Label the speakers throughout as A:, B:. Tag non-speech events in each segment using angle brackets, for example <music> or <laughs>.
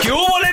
A: ¿Qué hubo, le,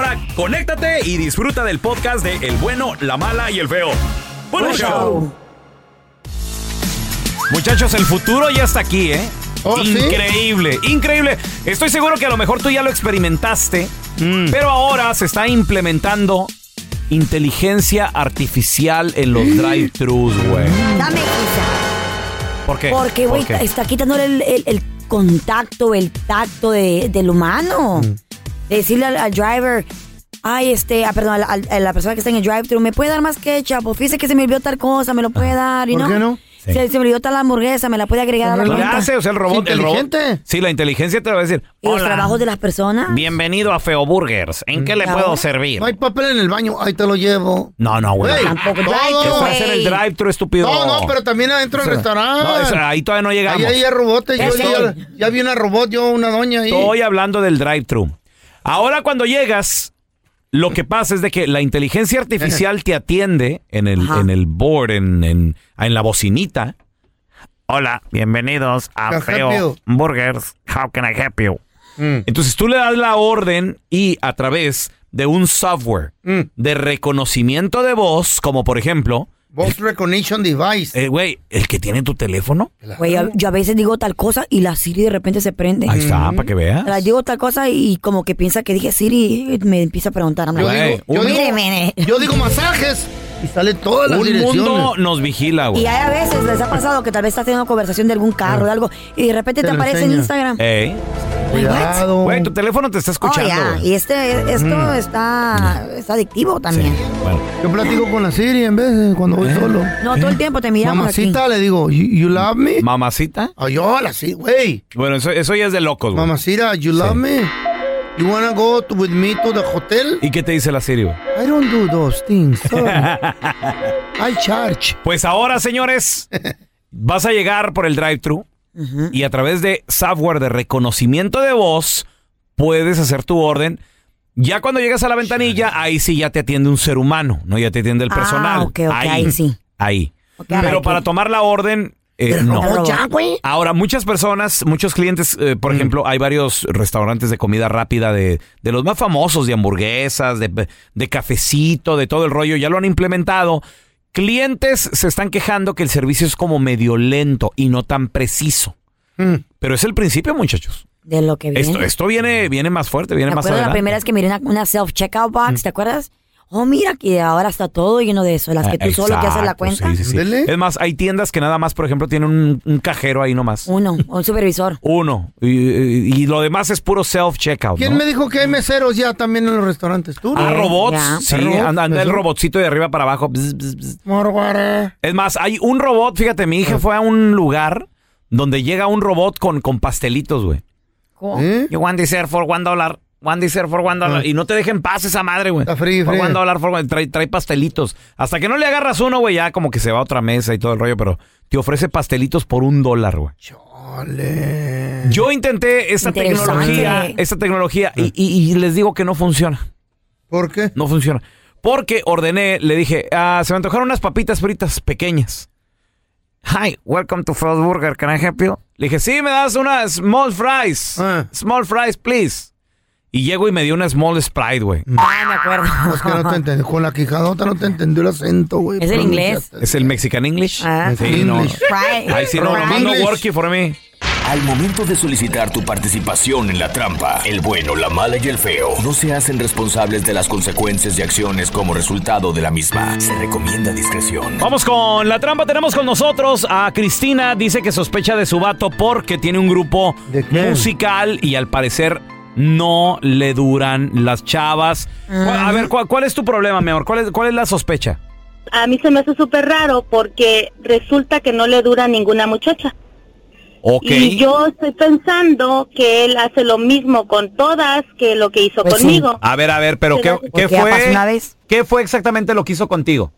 A: conéctate y disfruta del podcast de El bueno, la mala y el feo. Buen
B: Buen
A: show.
B: show.
A: Muchachos, el futuro ya está aquí, ¿eh?
C: Oh, ¿sí?
A: increíble, increíble. Estoy seguro que a lo mejor tú ya lo experimentaste,
C: Mm.
A: pero ahora se está implementando inteligencia artificial en los drive-thrus, güey.
B: Dame quizá.
A: ¿Por qué?
B: Porque, güey,
A: qué?
B: está quitándole el, el- el contacto, el tacto de- del humano.
A: Mm.
B: Decirle al, al driver, ay, este, ah, perdón, al- al- a, la persona que está en el drive-thru, ¿me puede dar más ketchup? O fíjese que se me olvidó tal cosa, ¿me lo puede dar? ¿Y
C: ¿Por qué no?
B: Se, se me olvidó tal hamburguesa, ¿me la puede agregar a la
A: Lo
B: cuenta?
A: hace, o sea, el robot. el robot-
C: Inteligente.
A: sí, la inteligencia te va a decir.
B: Y los
A: "Hola,
B: trabajos de las personas.
A: Bienvenido a Feo Burgers. ¿En qué le
B: Ahora-
A: puedo servir?
C: No hay papel en el baño, ahí te lo llevo.
A: No, no, güey.
C: Ey,
B: Tampoco
C: todo.
B: drive-thru,
A: Eso va a
B: güey.
A: ser el drive-thru, estúpido.
C: No, no, pero también adentro del
A: No,
C: restaurante.
A: eso- ahí todavía no llegamos.
C: Ahí hay robotes. Yo,
B: Ese.
C: yo- ya vi una robot, yo una doña ahí.
A: Estoy hablando del drive-thru. Ahora cuando llegas, lo que pasa es de que la inteligencia artificial te atiende en el,
B: Ajá.
A: en el board, en, en- en la bocinita. Hola, bienvenidos
C: Can
A: a
C: I Feo help you?
A: Burgers. How can I help you?
C: Mm.
A: Entonces tú le das la orden y a través de un software
C: Mm.
A: de reconocimiento de voz, como por ejemplo,
C: Voice Recognition Device.
A: eh, güey, el que tiene tu teléfono,
B: Güey, yo, yo a veces digo tal cosa y la Siri de repente se prende.
A: ahí
C: Mm.
A: está, para que veas.
B: La digo tal cosa y como que piensa que dije Siri y me empieza a preguntar. I'm
C: Yo
B: like,
A: Güey,
C: digo, yo,
B: míreme.
C: digo, yo digo masajes y sale todas las
A: Un
C: direcciones.
A: mundo nos vigila, güey.
B: Y hay a veces les ha pasado que tal vez estás teniendo conversación de algún carro, de algo, y de repente
C: Te
B: te,
C: lo
B: aparece en
C: enseña.
B: Instagram.
A: Ey.
C: Cuidado.
A: Güey, tu teléfono te está Eh,
B: Oh,
A: escuchando. Mm.
B: ya.
A: güey.
B: Y este, esto está, está adictivo también.
A: Sí, bueno. Eh.
C: Yo platico con la Siri en vez de cuando voy solo.
B: No, todo el tiempo te miramos
C: Mamacita,
B: aquí.
C: le digo, ¿you, you love me?
A: ¿Mamacita?
C: Ay, hola, sí, güey.
A: Bueno, eso, eso ya es de locos, güey.
C: Mamacita, ¿you love me? ¿You wanna go to- with me to the hotel?
A: ¿Y qué te dice la Siri, güey?
C: I don't do those things.
A: <laughs>
C: sorry. I charge.
A: Pues ahora,
B: <laughs>
A: señores, vas a llegar por el drive-thru y a través de software de reconocimiento de voz puedes hacer tu orden. Ya cuando llegas a la ventanilla, ahí sí ya te atiende un ser humano, ¿no? Ya te atiende el
B: Ah,
A: personal.
B: ok, ok, ahí sí.
A: Ahí.
B: Ok, ahora
A: Pero
B: hay
A: para
B: que-
A: tomar la orden, eh, no.
B: no, ya, güey.
A: Ahora, muchas personas, muchos clientes, eh, por ejemplo, hay varios restaurantes de comida rápida de, de los más famosos, de hamburguesas, de, de cafecito, de todo el rollo, ya lo han implementado. Clientes se están quejando que el servicio es como medio lento y no tan preciso.
B: Mm.
A: Pero es el principio, muchachos.
B: De lo que viene.
A: Esto, esto viene, viene más fuerte,
B: ¿Te
A: viene más
B: acuerdas la
A: adelante. Mm.
B: primera vez que miré una, una self-checkout box? ¿Te acuerdas? Oh, mira que ahora está todo lleno de eso. Las que tú solo que haces la
A: Exacto,
B: cuenta.
A: sí, sí, sí. Es más, hay tiendas que nada más, por ejemplo, tienen un, un cajero ahí nomás.
B: Uno, un supervisor.
A: Uno. Y, y- y lo demás es puro self-checkout.
C: ¿Quién
A: ¿no?
C: me dijo que hay meseros ya también en los restaurantes? ¿Tú?
A: Ah, robots.
B: Ya. pues.
A: Sí,
C: Robots,
A: anda, anda el
C: eso.
A: robotcito de arriba para abajo. Bzz, bzz, bzz.
C: Morguara.
A: Es más, hay un robot, fíjate, mi
C: Ah.
A: hija fue a un lugar donde llega un robot con, con pastelitos, güey.
C: ¿Eh? Ah.
A: You want dessert for one dollar. One dessert for one dollar. Y no te dejen paz esa madre, güey.
C: Está fría,
A: For
C: fría.
A: one dollar for one- Trae, trae pastelitos. Hasta que no le agarras uno, güey, ya como que se va a otra mesa y todo el rollo, pero te ofrece pastelitos por un dólar, güey. Yo intenté esta
B: Interesante.
A: tecnología, esta tecnología, y, y- y les digo que no funciona.
C: Ah. ¿Por qué?
A: No funciona. Porque ordené, le dije, "Ah, se me antojaron unas papitas fritas pequeñas. Hi, welcome to Frost Burger. Can I help you? Le dije, sí, me das una small fries.
C: Ah.
A: Small fries, please. Y llego y me dio una small sprite, güey.
B: Ah, me acuerdo.
C: Es que no te entendí. Con la quijadota no te entendió el acento, güey.
B: Es el inglés.
A: ¿Es el Mexican English?
B: Ah.
A: Sí, no.
C: English.
B: Right.
A: Ahí sí, no,
C: Right.
A: nomás no
C: English.
A: working for me.
D: Al momento de solicitar tu participación en la trampa, el bueno, la mala y el feo no se hacen responsables de las consecuencias y acciones como resultado de la misma. Se recomienda discreción.
A: Vamos con la trampa. Tenemos con nosotros a Cristina. Dice que sospecha de su vato porque tiene un grupo
C: ¿De qué?
A: musical y al parecer no le duran las chavas.
B: Ah.
A: A ver, ¿cuál, cuál es tu problema, mi amor? ¿Cuál es, cuál es la sospecha?
E: A mí se me hace súper raro porque resulta que no le dura ninguna muchacha.
A: Ok.
E: Y yo estoy pensando que él hace lo mismo con todas que lo que hizo
B: Pues sí.
E: conmigo.
A: A ver, a ver, pero ¿qué,
B: Porque
A: qué
B: ya pasó
A: fue?
B: una vez.
A: ¿Qué fue exactamente lo que hizo contigo?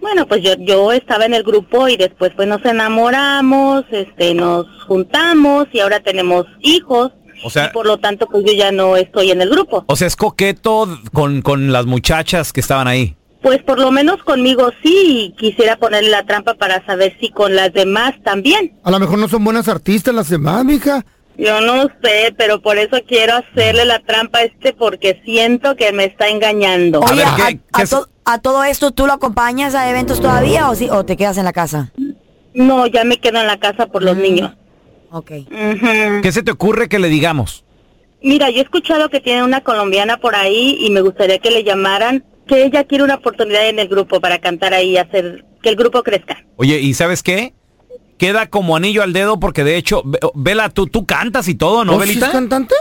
E: Bueno, pues yo, yo estaba en el grupo y después pues nos enamoramos, este, nos juntamos y ahora tenemos hijos.
A: O sea-
E: y por lo tanto pues yo ya no estoy en el grupo.
A: O sea, es coqueto con, con las muchachas que estaban ahí.
E: Pues por lo menos conmigo sí y quisiera ponerle la trampa para saber si con las demás también.
C: A lo mejor no son buenas artistas las demás, mija.
E: Yo no sé, pero por eso quiero hacerle la trampa a este porque siento que me está engañando.
A: A
B: Oye,
A: ver,
B: a,
A: ¿qué-
B: a
A: qué es-
B: to- a todo esto, ¿tú lo acompañas a eventos todavía o, sí, o te quedas en la casa? Mm.
E: No, ya me quedo en la casa por los niños.
B: Ok.
E: Ujú.
A: ¿Qué se te ocurre que le digamos?
E: Mira, yo he escuchado que tiene una colombiana por ahí y me gustaría que le llamaran que ella quiere una oportunidad en el grupo para cantar ahí y hacer que el grupo crezca.
A: Oye, ¿y sabes qué? Queda como anillo al dedo porque de hecho, ve- Vela, tú, tú cantas y todo, ¿no,
C: ¿Oh, sí
A: Velita?
C: es cantante?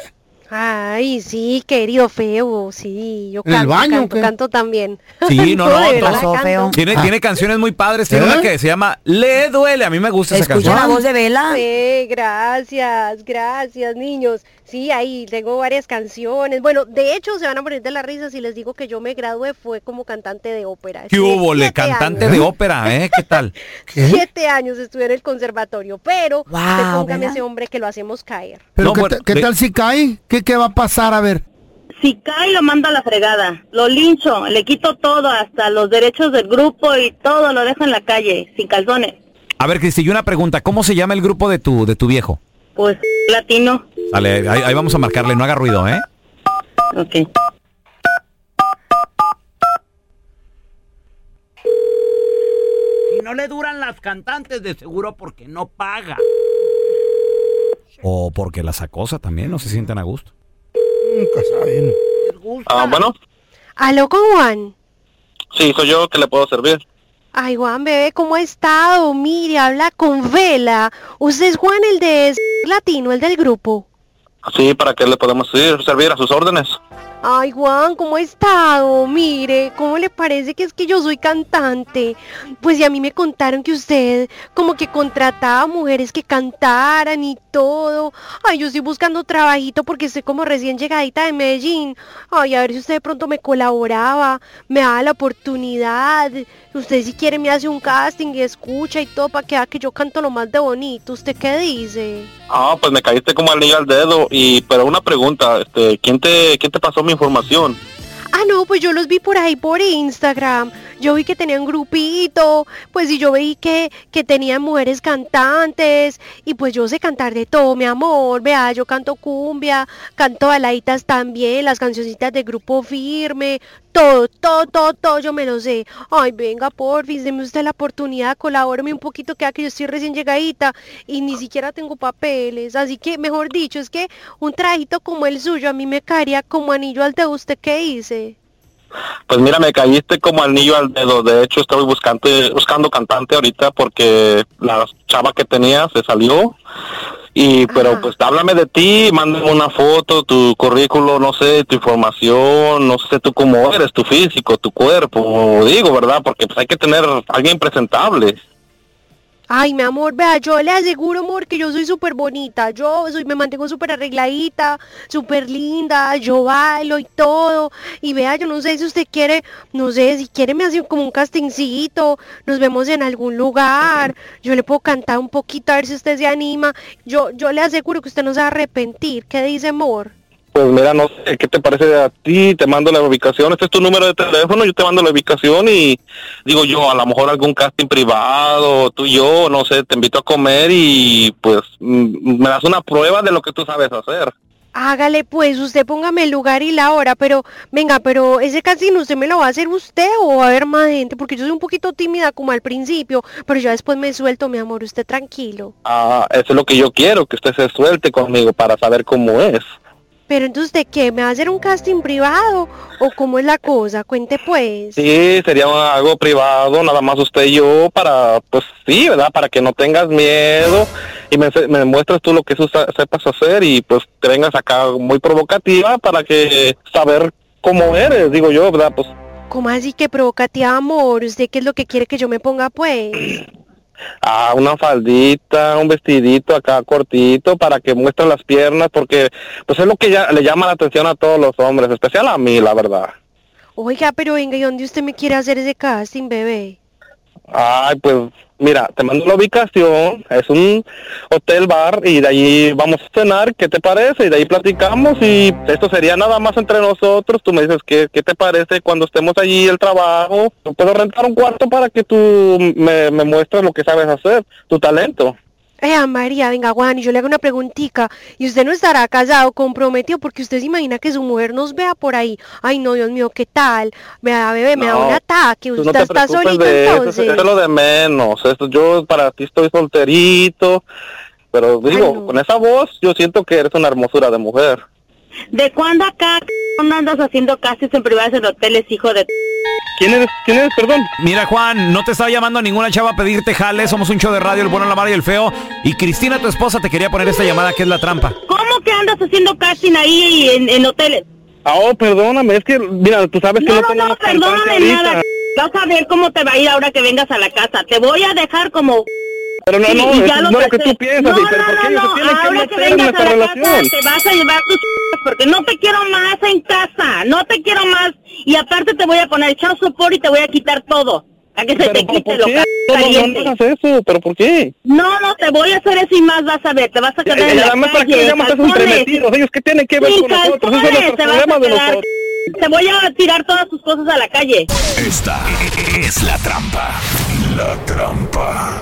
E: Ay, sí, querido feo, sí, yo
C: ¿En el canto, baño o canto, qué? canto
E: también. <laughs>
A: Sí, no, no,
E: Ay,
A: todo-
B: Pasó feo.
A: Tiene, tiene canciones muy padres. Tiene
C: ¿Eh?
A: una que se llama Le Duele. A mí me gusta esa
B: ¿Escucha
A: canción.
B: la voz de Vela?
E: Sí, gracias, gracias niños. Sí, ahí tengo varias canciones. Bueno, de hecho se van a morir de la risa si les digo que yo me gradué fue como cantante de ópera.
A: ¿Qué hubo, le
E: Siete
A: cantante
E: años.
A: de ópera, eh? ¿Qué tal?
E: Siete años estuve en el conservatorio, pero
B: Wow,
E: sepóngame
B: ¿verdad?
E: ese hombre que lo hacemos caer.
C: Pero
A: No,
C: ¿qué,
A: bueno,
C: ta- qué
A: le-
C: tal si cae? ¿Qué, ¿Qué va a pasar? A ver.
E: Si cae lo mando a la fregada, lo lincho, le quito todo, hasta los derechos del grupo y todo lo dejo en la calle, sin calzones.
A: A ver, Cristi, y una pregunta. ¿Cómo se llama el grupo de tu, de tu viejo?
E: Pues latino.
A: Dale, ahí, ahí vamos a marcarle. No haga ruido, ¿eh?
E: Ok.
A: Si no le duran las cantantes, de seguro porque no paga. O porque las acosa también, no se sienten a gusto.
C: Nunca saben.
F: Ah,
D: bueno,
E: Aló con Juan.
D: sí, soy yo que le puedo servir.
E: Ay, Juan, bebé, ¿cómo ha estado? Mire, habla con Vela. Usted es Juan, el de S- Latino, el del grupo.
D: Sí, ¿para qué le podemos servir a sus órdenes?
E: Ay, Juan, ¿cómo ha estado? Mire, ¿cómo le parece que es que yo soy cantante? Pues y a mí me contaron que usted como que contrataba mujeres que cantaran y todo. Ay, yo estoy buscando trabajito porque estoy como recién llegadita de Medellín. Ay, a ver si usted de pronto me colaboraba, me daba la oportunidad. Usted si quiere me hace un casting y escucha y todo para que vea que yo canto lo más de bonito. ¿Usted qué dice?
D: Ah, pues me caíste como anillo al dedo. Y pero una pregunta, este, ¿quién te, quién te pasó mi información?
E: Ah, no, pues yo los vi por ahí por Instagram. Yo vi que tenían grupito, pues y yo vi que, que tenían mujeres cantantes. Y pues yo sé cantar de todo, mi amor. Vea, yo canto cumbia, canto baladitas también, las cancioncitas de grupo firme, todo, todo, todo, todo, yo me lo sé. Ay, venga, porfis, deme usted la oportunidad, colabóreme un poquito, que aquí yo estoy recién llegadita y ni siquiera tengo papeles. Así que, mejor dicho, es que un trajito como el suyo a mí me caería como anillo al de usted, ¿qué hice?
F: Pues mira, me caíste como anillo al dedo. De hecho, estoy buscando, buscando cantante ahorita porque la chava que tenía se salió. Y, pero pues háblame de ti, mándame una foto, tu currículo, no sé, tu información, no sé tú cómo eres, tu físico, tu cuerpo, digo, ¿verdad? Porque pues hay que tener alguien presentable.
E: Ay, mi amor, vea, yo le aseguro, amor, que yo soy súper bonita. Yo soy, me mantengo súper arregladita, súper linda, yo bailo y todo. Y vea, yo no sé si usted quiere, no sé, si quiere me hace como un castingcito, nos vemos en algún lugar, yo le puedo cantar un poquito a ver si usted se anima. Yo, yo le aseguro que usted no se va a arrepentir. ¿Qué dice, amor?
F: Pues mira, no sé, ¿qué te parece a ti? Te mando la ubicación, este es tu número de teléfono, yo te mando la ubicación y digo yo, a lo mejor algún casting privado, tú y yo, no sé, te invito a comer y pues mm, me das una prueba de lo que tú sabes hacer.
E: Hágale pues, usted póngame el lugar y la hora, pero venga, pero ese casting usted me lo va a hacer usted o va a haber más gente, porque yo soy un poquito tímida como al principio, pero ya después me suelto, mi amor, usted tranquilo.
F: Ah, eso es lo que yo quiero, que usted se suelte conmigo para saber cómo es.
E: Pero entonces, ¿de qué? ¿Me va a hacer un casting privado o cómo es la cosa? Cuente pues.
F: Sí, sería algo privado, nada más usted y yo, para, pues sí, ¿verdad? Para que no tengas miedo y me, se- me muestres tú lo que tú sa- sepas hacer y pues te vengas acá muy provocativa para que saber cómo eres, digo yo, ¿verdad? Pues
E: ¿Cómo así que provocativa, amor? ¿Usted qué es lo que quiere que yo me ponga pues? <clears throat>
F: Ah, una faldita, un vestidito acá cortito para que muestres las piernas, porque pues es lo que ya le llama la atención a todos los hombres, especial a mí, la verdad.
E: Oiga, pero venga, ¿y dónde usted me quiere hacer ese casting, bebé?
F: Ay, pues mira, te mando la ubicación, es un hotel bar y de ahí vamos a cenar, ¿qué te parece? Y de ahí platicamos y esto sería nada más entre nosotros, tú me dices, ¿qué, qué te parece cuando estemos allí el trabajo? Yo puedo rentar un cuarto para que tú me, me muestres lo que sabes hacer, tu talento.
E: Eh, María, venga, Juan, y yo le hago una preguntita. ¿Y usted no estará casado, comprometido? Porque usted se imagina que su mujer nos vea por ahí. Ay, no, Dios mío, ¿qué tal? Vea, bebé, me da un
F: No,
E: ataque.
F: Tú
E: Usted
F: no te
E: está
F: preocupes
E: solito,
F: de eso, eso
E: entonces.
F: es lo de menos. Esto, yo para ti estoy solterito, pero digo, con esa voz yo siento que eres una hermosura de mujer.
G: ¿De cuándo acá c- no andas haciendo castings en privadas en hoteles, hijo de...
F: ¿Quién eres? ¿Quién eres? Perdón.
A: Mira, Juan, no te estaba llamando ninguna chava a pedirte jale. Somos un show de radio, el bueno, la mala y el feo. Y Cristina, tu esposa, te quería poner esta llamada que es la trampa.
G: ¿Cómo que andas haciendo casting ahí en, en hoteles?
F: Ah, oh, perdóname, es que, mira, tú sabes Pues que no, tenemos cantante
G: Perdóname
F: ahorita.
G: nada. c- Vas a ver cómo te va a ir ahora que vengas a la casa. Te voy a dejar como...
F: Pero no,
G: Sí,
F: no,
G: y
F: eso
G: ya
F: es
G: lo
F: no lo
G: traté.
F: que tú piensas,
G: No,
F: y- pero
G: no,
F: ¿por qué
G: no,
F: ellos
G: no,
F: tienen que
G: ahora que
F: meter en
G: vengas
F: nuestra
G: a la
F: relación?
G: casa te vas a llevar tus ch- porque no te quiero más en casa, no te quiero más y aparte te voy a poner chao sopor y te voy a quitar todo, a que se te quite lo
F: ¿Por
G: c-
F: qué? No, no, no,
G: caliente.
F: no hagas eso, pero ¿por qué?
G: No, no, te voy a hacer eso y más vas a ver, te vas a quedar
F: Eh,
G: en la
F: nada más para que
G: calle,
F: digamos que son
G: calzones.
F: entremetidos, ellos que tienen que ver
G: Sin
F: con nosotros, eso es
G: calzones,
F: nuestro
G: te vas a
F: problema de
G: quedar-
F: nosotros.
G: Te voy a tirar todas tus cosas a la calle.
D: Esta es la trampa. La trampa.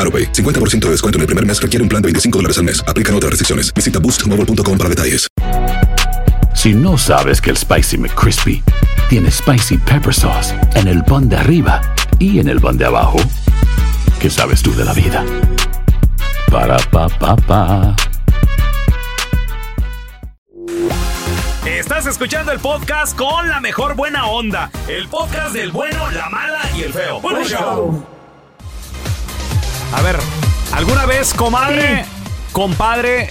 H: AroPay. 50% de descuento en el primer mes requiere un plan de 25 dólares al mes. Aplican otras restricciones. Visita boostmobile.com para detalles.
I: Si no sabes que el Spicy McCrispy tiene Spicy Pepper Sauce en el pan de arriba y en el pan de abajo, ¿qué sabes tú de la vida? Para, pa, pa, pa.
A: Estás escuchando el podcast con la mejor buena onda. El podcast del bueno, la mala y el feo. Buen show. A ver, ¿alguna vez, comadre, compadre,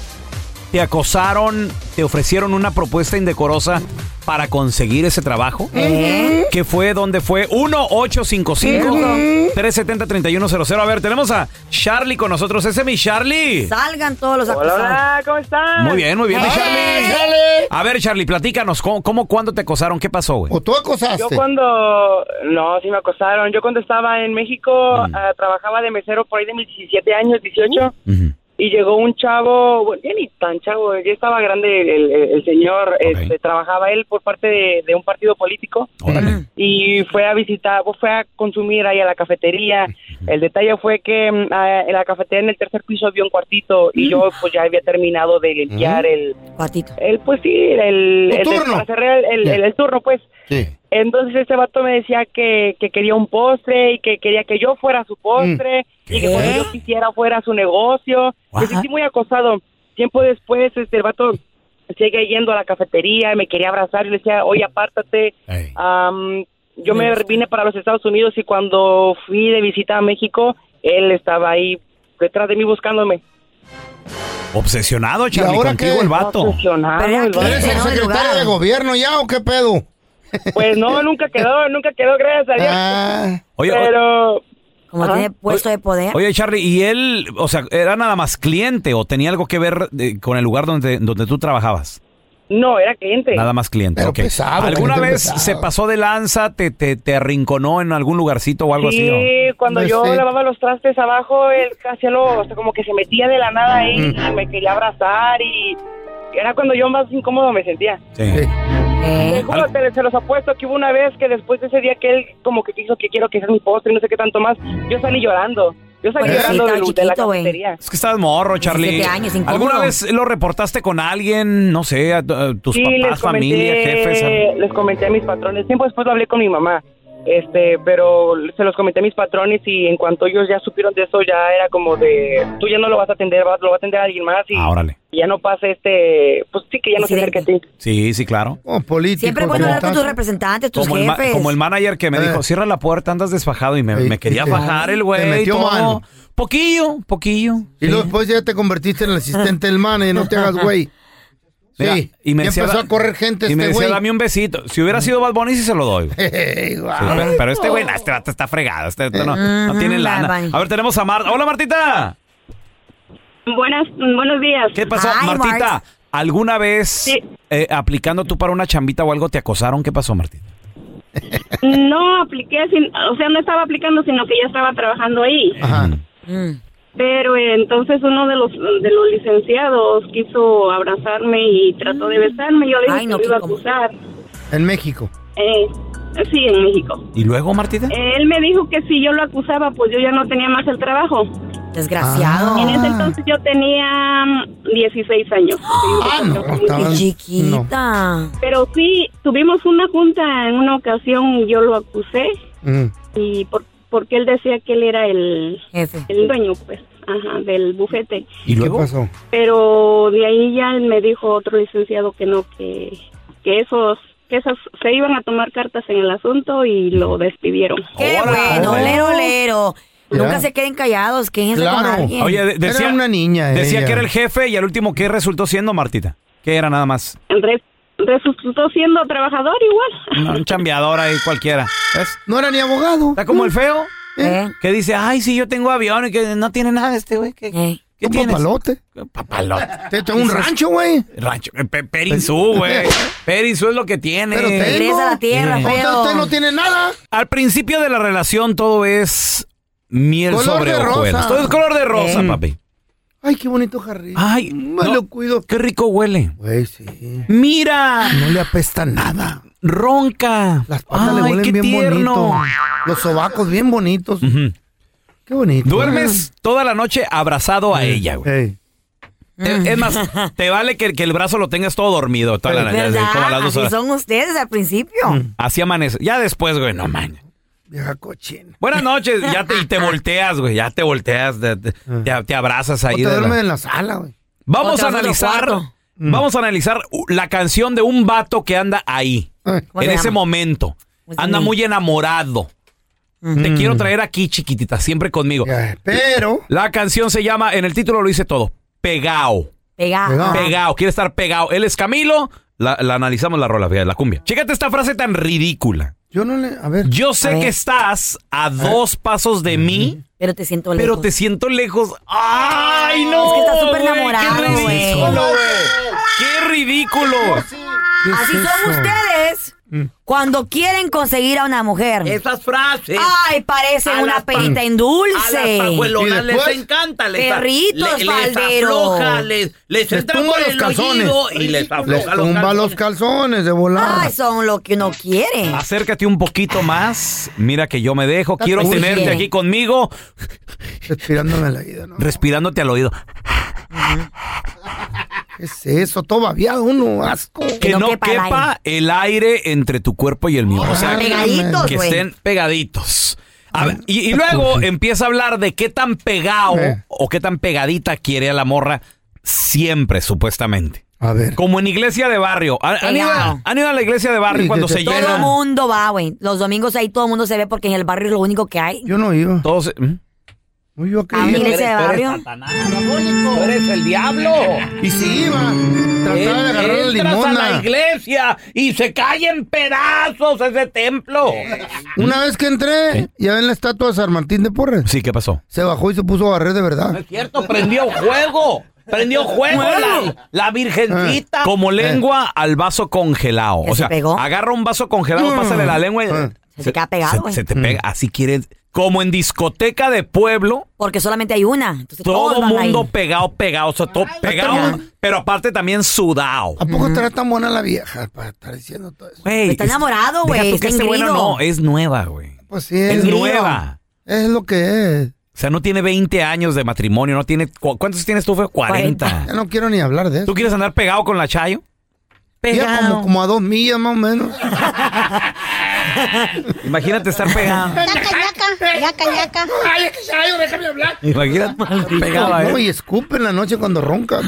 A: te acosaron, te ofrecieron una propuesta indecorosa para conseguir ese trabajo?
B: Ujú.
A: Que fue donde fue 1-855-370-3100. A ver, tenemos a Charlie con nosotros. Ese es mi Charlie.
B: Salgan todos los
A: Hola,
B: acusados.
A: hola,
J: ¿cómo están?
A: Muy bien, muy bien, mi
J: Hola,
A: Charlie.
J: Charlie.
A: A ver, Charlie, platícanos. ¿Cómo, cómo cuándo te acosaron? ¿Qué pasó, güey?
J: Yo cuando... No, sí me acosaron. Yo cuando estaba en México ah, trabajaba de mesero por ahí de mis 17 años, 18. Y llegó un chavo, bueno, ya ni tan chavo, ya estaba grande el, el- el señor, este, trabajaba él por parte de, de un partido político y fue a visitar, fue a consumir ahí a la cafetería. El detalle fue que mm, ah, en la cafetería en el tercer piso había un cuartito y yo pues ya había terminado de limpiar
B: Mm.
J: el...
B: Cuartito.
J: El, pues sí, el...
B: Tu
J: el-
B: turno.
J: para cerrar el- el-
B: Ya.
J: el turno, pues. Entonces este vato me decía que, que quería un postre y que quería que yo fuera su postre
B: Mm.
J: y que cuando yo quisiera fuera su negocio. Me sentí muy acosado. Tiempo después este, el vato sigue yendo a la cafetería y me quería abrazar y le decía, oye, apártate. Am, yo me vine para los Estados Unidos y cuando fui de visita a México, él estaba ahí detrás de mí buscándome.
A: Obsesionado, Charlie,
J: ahora
A: contigo
J: qué?
A: el vato.
J: Obsesionado pues, el vato.
C: ¿Eres el secretario de gobierno ya o qué pedo?
J: Pues no, nunca quedó, nunca quedó, gracias a Dios.
C: Ah.
A: Ah. Oye, o-
J: Pero...
B: Como tiene puesto de poder.
A: Oye, Charlie, ¿y él, o sea, era nada más cliente o tenía algo que ver eh, con el lugar donde, donde tú trabajabas?
J: No, era cliente.
A: Nada más cliente. ok.
J: pesado,
A: ¿Alguna
J: cliente
A: vez
J: pesado.
A: se pasó de lanza, te, te, te arrinconó en algún lugarcito o algo
J: sí,
A: así?
J: cuando yo
A: Besito.
J: lavaba los trastes abajo, él hacía lo, o sea, como que se metía de la nada ahí y me quería abrazar y era cuando yo más incómodo me sentía.
A: Eh.
J: Te juro, te- se los apuesto que hubo una vez que después de ese día que él como que quiso que quiero que sea mi postre y no sé qué tanto más, yo salí llorando. Yo salí
A: Pues sí,
J: llorando
A: estaba
J: del- de, la
A: chiquito, güey.
J: cafetería.
A: Es que estabas morro, Charlie.
J: 17 años, incómodo.
A: ¿Alguna vez lo reportaste con alguien? No sé, a, a tus
J: Sí,
A: papás, familia, jefes. a-
J: les comenté a mis patrones. Tiempo después lo hablé con mi mamá. Este, pero se los comenté a mis patrones y en cuanto ellos ya supieron de eso, ya era como de, tú ya no lo vas a atender, vas- lo va a atender alguien más y
A: Ah, órale.
J: y ya no pase este, pues sí que ya no se acerque a ti.
A: Sí, sí, claro.
B: Siempre es bueno hablar con tus representantes, tus
A: Como el, ma-
B: jefes.
A: como el manager que me dijo, cierra la puerta, andas desfajado y me, me quería
C: Eh. sí.
A: fajar el güey.
C: Te metió
A: y todo.
C: mano.
A: Poquillo, poquillo.
C: Y luego después ya te convertiste en el asistente del man, eh, no te hagas güey.
A: <laughs> Mira,
C: Sí,
A: y me
C: ya
A: decía,
C: empezó
A: da-
C: a correr gente
A: Y me
C: este
A: decía,
C: güey.
A: dame un besito. Si hubiera sido Bad Bunny, sí se lo doy. güey.
C: <laughs> Ey,
A: Sí, pero, pero este güey, no, este vato está fregado. Este vato no, no
K: Ujú,
A: tiene
K: Mm, Bad
A: lana.
K: Bunny.
A: A ver, tenemos a Marta. Hola, Martita.
K: Buenas, buenos días.
A: ¿Qué pasó? Martita, ¿alguna vez eh, aplicando tú para una chambita o algo te acosaron? ¿Qué pasó, Martita?
K: No apliqué, sin- o sea, no estaba aplicando, sino que ya estaba trabajando ahí. Pero eh, entonces uno de los de los licenciados quiso abrazarme y trató
B: Mm.
K: de besarme. Yo le dije
C: Ay, no,
K: que
C: qué
K: lo iba a acusar.
C: En México.
K: Eh, sí, en México.
A: ¿Y luego, Martita?
K: Él me dijo que si yo lo acusaba, pues yo ya no tenía más el trabajo.
B: Desgraciado.
K: En
A: Ah.
K: ese entonces yo tenía mm, 16 años. Ah,
B: Qué chiquita.
K: Pero sí, tuvimos una junta en una ocasión y yo lo acusé
C: mm.
K: y por, porque él decía que él era el, el dueño pues, ajá, del bufete.
C: ¿Y luego? ¿Qué pasó?
K: Pero de ahí ya me dijo otro licenciado que no, que, que esos que esas se iban a tomar cartas en el asunto y lo despidieron.
B: Qué eh, bueno, lero, lero. Nunca se queden callados, quédense con alguien.
A: Oye, de- decía,
C: niña. eh,
A: decía
C: ella.
A: que era el jefe y al último, ¿qué resultó siendo, Martita? ¿Qué era nada más?
K: Re- Resultó siendo trabajador igual.
A: Una- Un chambeador ahí cualquiera. ¿Ves?
C: No era ni abogado.
A: Está como el feo. Que dice, ay, sí, yo tengo avión y que no tiene nada este güey. ¿Qué, ¿qué
C: Un
A: tienes?
C: papalote.
A: Papalote.
C: Te tengo un rancho, güey.
A: Rancho. eh, pe- Perisú, güey. Perisú es lo que tiene.
C: Pero tengo. Regresa a la tierra,
A: Sí.
C: O sea, feo. usted no tiene nada.
A: Al principio de la relación todo es miel
C: Color
A: sobre
C: de rosa.
A: hojuelas. Todo es color de rosa,
C: Eh.
A: papi.
C: Ay, qué bonito Mm, jardín.
A: Ay,
C: me
A: no,
C: lo cuido.
A: Qué rico huele.
C: Güey, sí.
A: Mira.
C: No le apesta nada.
A: Ronca.
C: Las patas le
A: Ay,
C: huelen
A: qué
C: bien
A: tierno.
C: bonito. Los sobacos bien bonitos. Qué bonito.
A: Duermes toda la noche abrazado a ella, güey. Eh, Es
B: <laughs>
A: es más, te vale que, que el brazo lo tengas todo dormido toda la noche.
B: ¿Verdad?
A: así, como a las dos
B: Así
A: horas.
B: son ustedes al principio.
A: Así amanece. Ya después, güey, no man.
C: Vieja cochina.
A: Buenas noches. Ya te, y te volteas, güey. Ya te volteas. Te, te- te- te abrazas
C: O
A: ahí.
C: te
A: de la-
C: duermes en la sala, güey.
A: Vamos a
C: O te vas a tu
A: analizar. mm.
C: cuarto.
A: Vamos a analizar u- la canción de un vato que anda ahí.
C: ¿Cómo
A: En
C: se
A: ese
C: llama?
A: momento.
C: Pues,
A: Anda
C: mm.
A: muy enamorado. Te
C: Mm.
A: quiero traer aquí, chiquitita, siempre conmigo.
C: Pero.
A: La canción se llama, en el título lo hice todo, Pegao.
B: Pegado.
A: Pegao, quiere estar pegado. Él es Camilo, La, la analizamos la rola, fíjate, la cumbia. Chécate esta frase tan ridícula.
C: Yo no le. A ver.
A: Yo sé que estás a dos pasos de mí,
B: Pero te siento lejos.
A: pero te siento lejos. ¡Ay, no!
B: Es que está súper
A: güey,
B: enamorado,
A: ¡Qué
B: güey.
A: ridículo, güey! ¡Qué ridículo!
B: Así son ustedes
C: Mm.
B: cuando quieren conseguir a una mujer.
L: Esas frases.
B: Ay, parecen
L: A
B: una
L: las pa-
B: perita en dulce.
L: A las pajuelonas les encanta. Les
B: Perritos,
L: le- les
B: faldero.
L: afloja, les, les
C: Les
L: entra
C: tumba
L: por
C: los
L: el
C: calzones.
L: oído y les
C: Les
L: afloja los
C: tumba
L: calzones.
C: los calzones de volar.
B: Ay, son lo que uno quiere.
A: Acércate un poquito más. Mira que yo me dejo.
B: Está
A: Quiero
B: cursi.
A: tenerte aquí conmigo.
C: Respirándome la vida, ¿no?
A: Respirándote al oído.
C: ¿Qué es eso? Todo babiado, uno, asco.
A: Que no quepa el aire Ah, entre tu cuerpo y el mío. O sea,
C: Pegaditos,
A: que
C: güey.
A: estén pegaditos. A ver, y, y luego empieza a hablar de qué tan pegado o qué tan pegadita quiere a la morra siempre, supuestamente.
C: A ver.
A: Como en iglesia de barrio. ¿Han, han ido, a-
B: Pegado.
A: han ido a la iglesia de barrio cuando se
B: todo
A: llena?
B: el mundo va, güey. Los domingos ahí todo el mundo se ve porque en el barrio es lo único que hay.
C: Yo no iba.
A: Todos.
C: yo
B: ¿A mi iglesia de barrio?
L: Tú eres el diablo.
C: Y si iba, trataba de agarrar la
L: Entras a
C: limona.
L: la iglesia y se cae en pedazos ese templo.
C: Una vez que entré, Eh, ya ven la estatua de San Martín de Porres.
A: Sí, ¿qué pasó?
C: Se bajó y se puso a barrer de verdad.
L: Cierto, prendió juego. Prendió juego la, la virgencita.
C: Ah.
A: Como
C: Eh.
A: lengua al vaso congelado. O sea, agarra un vaso congelado,
L: Mm.
A: pásale la lengua. y-
C: Ah.
A: Se, te queda
B: pegado,
A: Se,
B: güey.
A: te pega.
C: Mm.
A: Así quieres. Como en discoteca de pueblo,
B: Porque solamente hay una. Entonces,
A: todo
B: todos van
A: mundo
B: ahí.
A: pegado, pegado. O sea, todo pegado, pero aparte también sudado.
C: ¿A poco estará tan buena la vieja para estar diciendo todo eso?
A: Güey,
C: está
A: es-
C: enamorado,
A: deja
C: güey,
A: tú
C: está
A: que esté buena o
C: engrido.
A: no, es nueva, güey.
C: Pues sí, es,
A: es nueva.
C: Es lo que es.
A: O sea, no tiene 20 años de matrimonio, no tiene... cu- ¿Cuántos tienes tú, Feo? 40.
C: Ya no quiero ni hablar de eso.
A: ¿Tú quieres andar pegado con la Chayo?
C: Ya como, como a dos millas más o menos.
A: Imagínate estar pegado.
M: Yaca, yaca, yaca. Ay, es que Chayo, déjame hablar.
A: Imagínate estar pegado,
C: No,
A: ¿eh?
C: y escupe en la noche cuando ronca.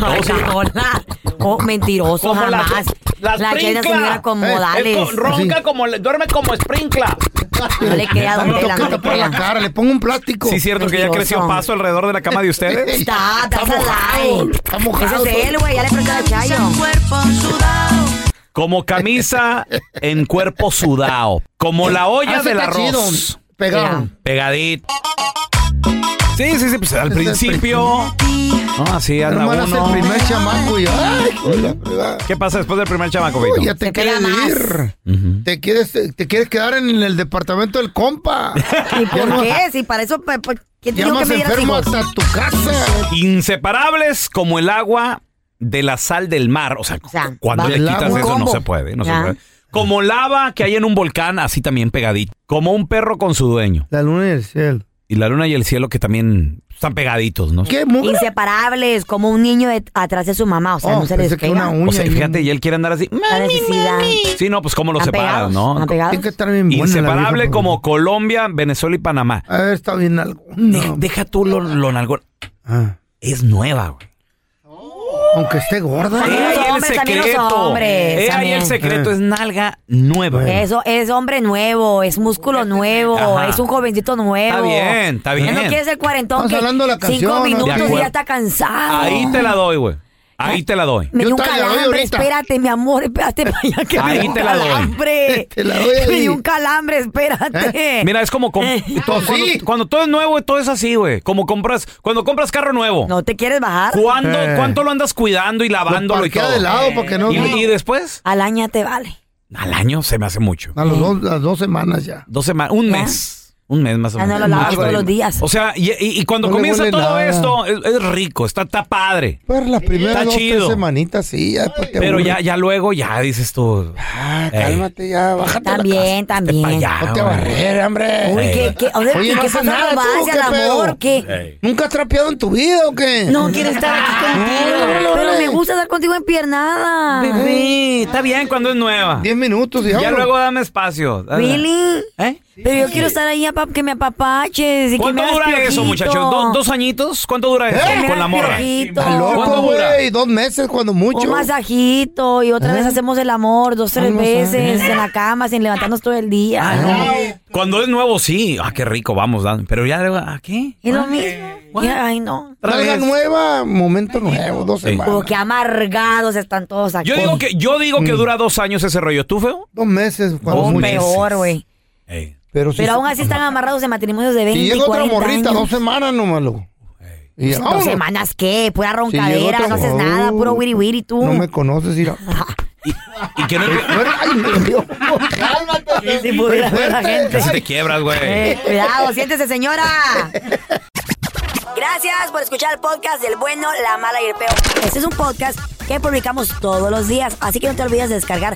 B: Hola. <laughs> Oh, mentiroso,
C: Como las-
A: <laughs>
B: jamás.
C: las
B: la Chayo es una
C: princlas.
B: señora con
C: Eh, es
B: modales.
C: con- ronca
L: como le- duerme como sprinkla.
B: No le crea, don
C: Tanto
B: Tela,
C: que
B: no
C: está
B: le
C: por la
B: crea.
C: cara, le pongo un plástico.
A: Sí, es cierto que ya creció paso alrededor de la cama de
C: <laughs>
A: ustedes.
B: Está, that's a lie.
C: Está mojado.
B: Ese es él, güey. Ya le pregunté a la Chayo.
A: Como camisa en cuerpo sudado. Como la olla
C: Hace
A: del
C: cachido,
A: arroz.
C: pegado.
A: Pegadito. Sí, sí, sí, pues al principio. No, así anda
C: Hermano, es el
A: uno.
C: primer chamaco y ay, hola, hola.
A: ¿Qué pasa después del primer chamaco,
C: Uy,
A: Beto?
C: ya te quieres ir. Te quieres, te quieres quedar en el departamento del compa.
B: <laughs> ¿Y por qué? Si para eso, pues, pues, ¿quién te dijo que
C: Llamas
B: me dieras
C: enfermo
B: hijos?
C: hasta tu casa.
A: Inseparables como el agua de la sal del mar. O sea, cuando
B: va-
A: le
B: el
A: quitas
B: agua.
A: eso no
B: Combo.
A: se puede, no se
B: Ya.
A: puede. Como lava que hay en un volcán, así también pegadito. Como un perro con su dueño.
C: La luna y el cielo.
A: Y la luna y el cielo que también están pegaditos, ¿no?
B: Inseparables, como un niño de- atrás de su mamá. O sea,
C: Oh,
B: no se les pega.
A: O sea, fíjate, y él quiere andar así.
B: La necesidad.
A: Sí, no, pues cómo lo
B: Están
A: separas,
B: pegados,
A: ¿no?
B: están pegados.
C: Tiene que estar bien buena la
A: Inseparable
C: vieja, pues? Ah.
A: como Colombia, Venezuela y Panamá.
C: A ver, está bien algo.
A: Deja, deja tú lo, lo nalgón. Es nueva, güey.
C: Oh. Aunque esté gorda.
B: También los hombres, también los hombres.
A: Eh, ahí
B: también.
A: el secreto es nalga nueva.
B: Eso es hombre nuevo, es músculo nuevo,
A: Ajá.
B: es un jovencito nuevo.
A: Está bien, está bien.
B: Ya No quieres el cuarentón
C: Estamos
B: que
C: hablando de la
B: cinco
C: canción,
A: ¿no?
B: minutos
A: De
B: y
A: acuerdo.
B: ya está cansado.
A: Ahí te la doy, güey. Ahí te la doy.
B: Me dio un
C: te la doy
B: calambre,
C: ahorita.
B: espérate, mi amor, espérate <laughs> para allá que me
A: Ahí
B: dio un
A: te la doy.
B: calambre.
A: Te la doy ahí.
B: <laughs> Me dio un calambre,
C: ¿Eh?
B: espérate.
A: Mira, es
B: <laughs>
A: como... com-
C: Pues,
A: cuando, cuando todo es nuevo, todo es así, güey. Como compras... Cuando compras carro nuevo.
B: No te quieres bajar.
A: ¿Cuándo, ¿Cuánto lo andas cuidando y lavándolo y
C: Eh. parquea
A: todo?
C: de lado para que no-
A: ¿Y, y después?
B: Al año te vale.
A: Al año se me hace mucho.
C: A los dos, las dos semanas ya.
A: Dos semanas, un mes. Un mes más o
B: Ya no
A: menos.
B: lo lavas
A: Algo
B: todos
A: ahí.
B: los días.
A: O sea, y, y- y cuando
C: No le
A: comienza
C: huele
A: todo
C: nada.
A: esto, es, es rico, está, está padre.
C: Pues las primeras
A: Está
C: dos, tres
A: chido.
C: semanitas, sí, ya después te
A: Pero
C: aburre.
A: ya, eh. ya luego, ya dices tú.
C: Ah,
A: "Ey,
C: Cálmate ya, bájate.
B: También, también.
C: Ponte a barrer, hombre.
B: Uy, ¿qué, qué, ¿dónde-
C: Oye,
B: ¿qué
C: no
B: pasa
C: haces nada tú, ¿qué
B: romance, al amor?
C: pedo?
B: ¿Qué?
C: ¿Nunca has trapeado en tu vida o qué?
B: No quiero estar
A: Ah,
B: aquí contigo. Pero me gusta estar contigo en piernada.
A: Bebé, está bien cuando es nueva.
C: Diez minutos,
A: Ya
C: digamos.
A: luego dame espacio.
B: Really? Pero yo quiero estar ahí apa- que me apapaches.
A: ¿Eh?
B: y que me
A: ¿Cuánto
B: hagas
A: dura eso,
B: piojito.
A: muchachos? ¿Do- ¿Dos añitos? ¿Cuánto dura eso
B: ¿Eh?
A: con la morra?
B: Piojito.
C: Está loco, güey. Dos meses cuando mucho. ¿Eh?
B: Un masajito y otra vez hacemos el amor dos, tres
C: no sé.
B: veces
A: ¿Eh?
B: en la cama sin levantarnos todo el día.
A: Ah, Cuando es nuevo, sí. Ah, qué rico, vamos. Dan. Pero ya, luego, ¿a qué?
B: Es lo mismo. Ya, Ay, no.
C: Carga nueva, momento nuevo, dos
A: Sí.
C: semanas.
B: Como que amargados están todos aquí.
A: Yo digo que, yo digo que dura dos años ese rollo. ¿Tú, feo?
C: Mm. Dos meses cuando
A: Dos
C: mucho.
A: peor,
B: Oh, güey.
C: Pero, sí-
B: Pero aún así están amarrados de matrimonios de 20
C: Si
B: y
C: llega otra
B: 40
C: morrita,
B: años.
C: dos semanas nomás, loco. Y
B: Pues,
C: vámonos.
B: ¿Dos semanas qué? Pura
C: Si llega
B: roncadera,
C: otra
B: no haces
C: morra.
B: nada, puro wiri wiri tú.
C: No me conoces, mira.
A: ¿Y que no
C: Ay, me
B: <laughs>
C: dio.
B: Cálmate. Si pudiera ver <laughs> la gente.
A: Casi te quiebras, güey.
B: Eh, cuidado, siéntese, señora. Gracias por escuchar el podcast del bueno, la mala y el peor. Este es un podcast que publicamos todos los días, así que no te olvides de descargar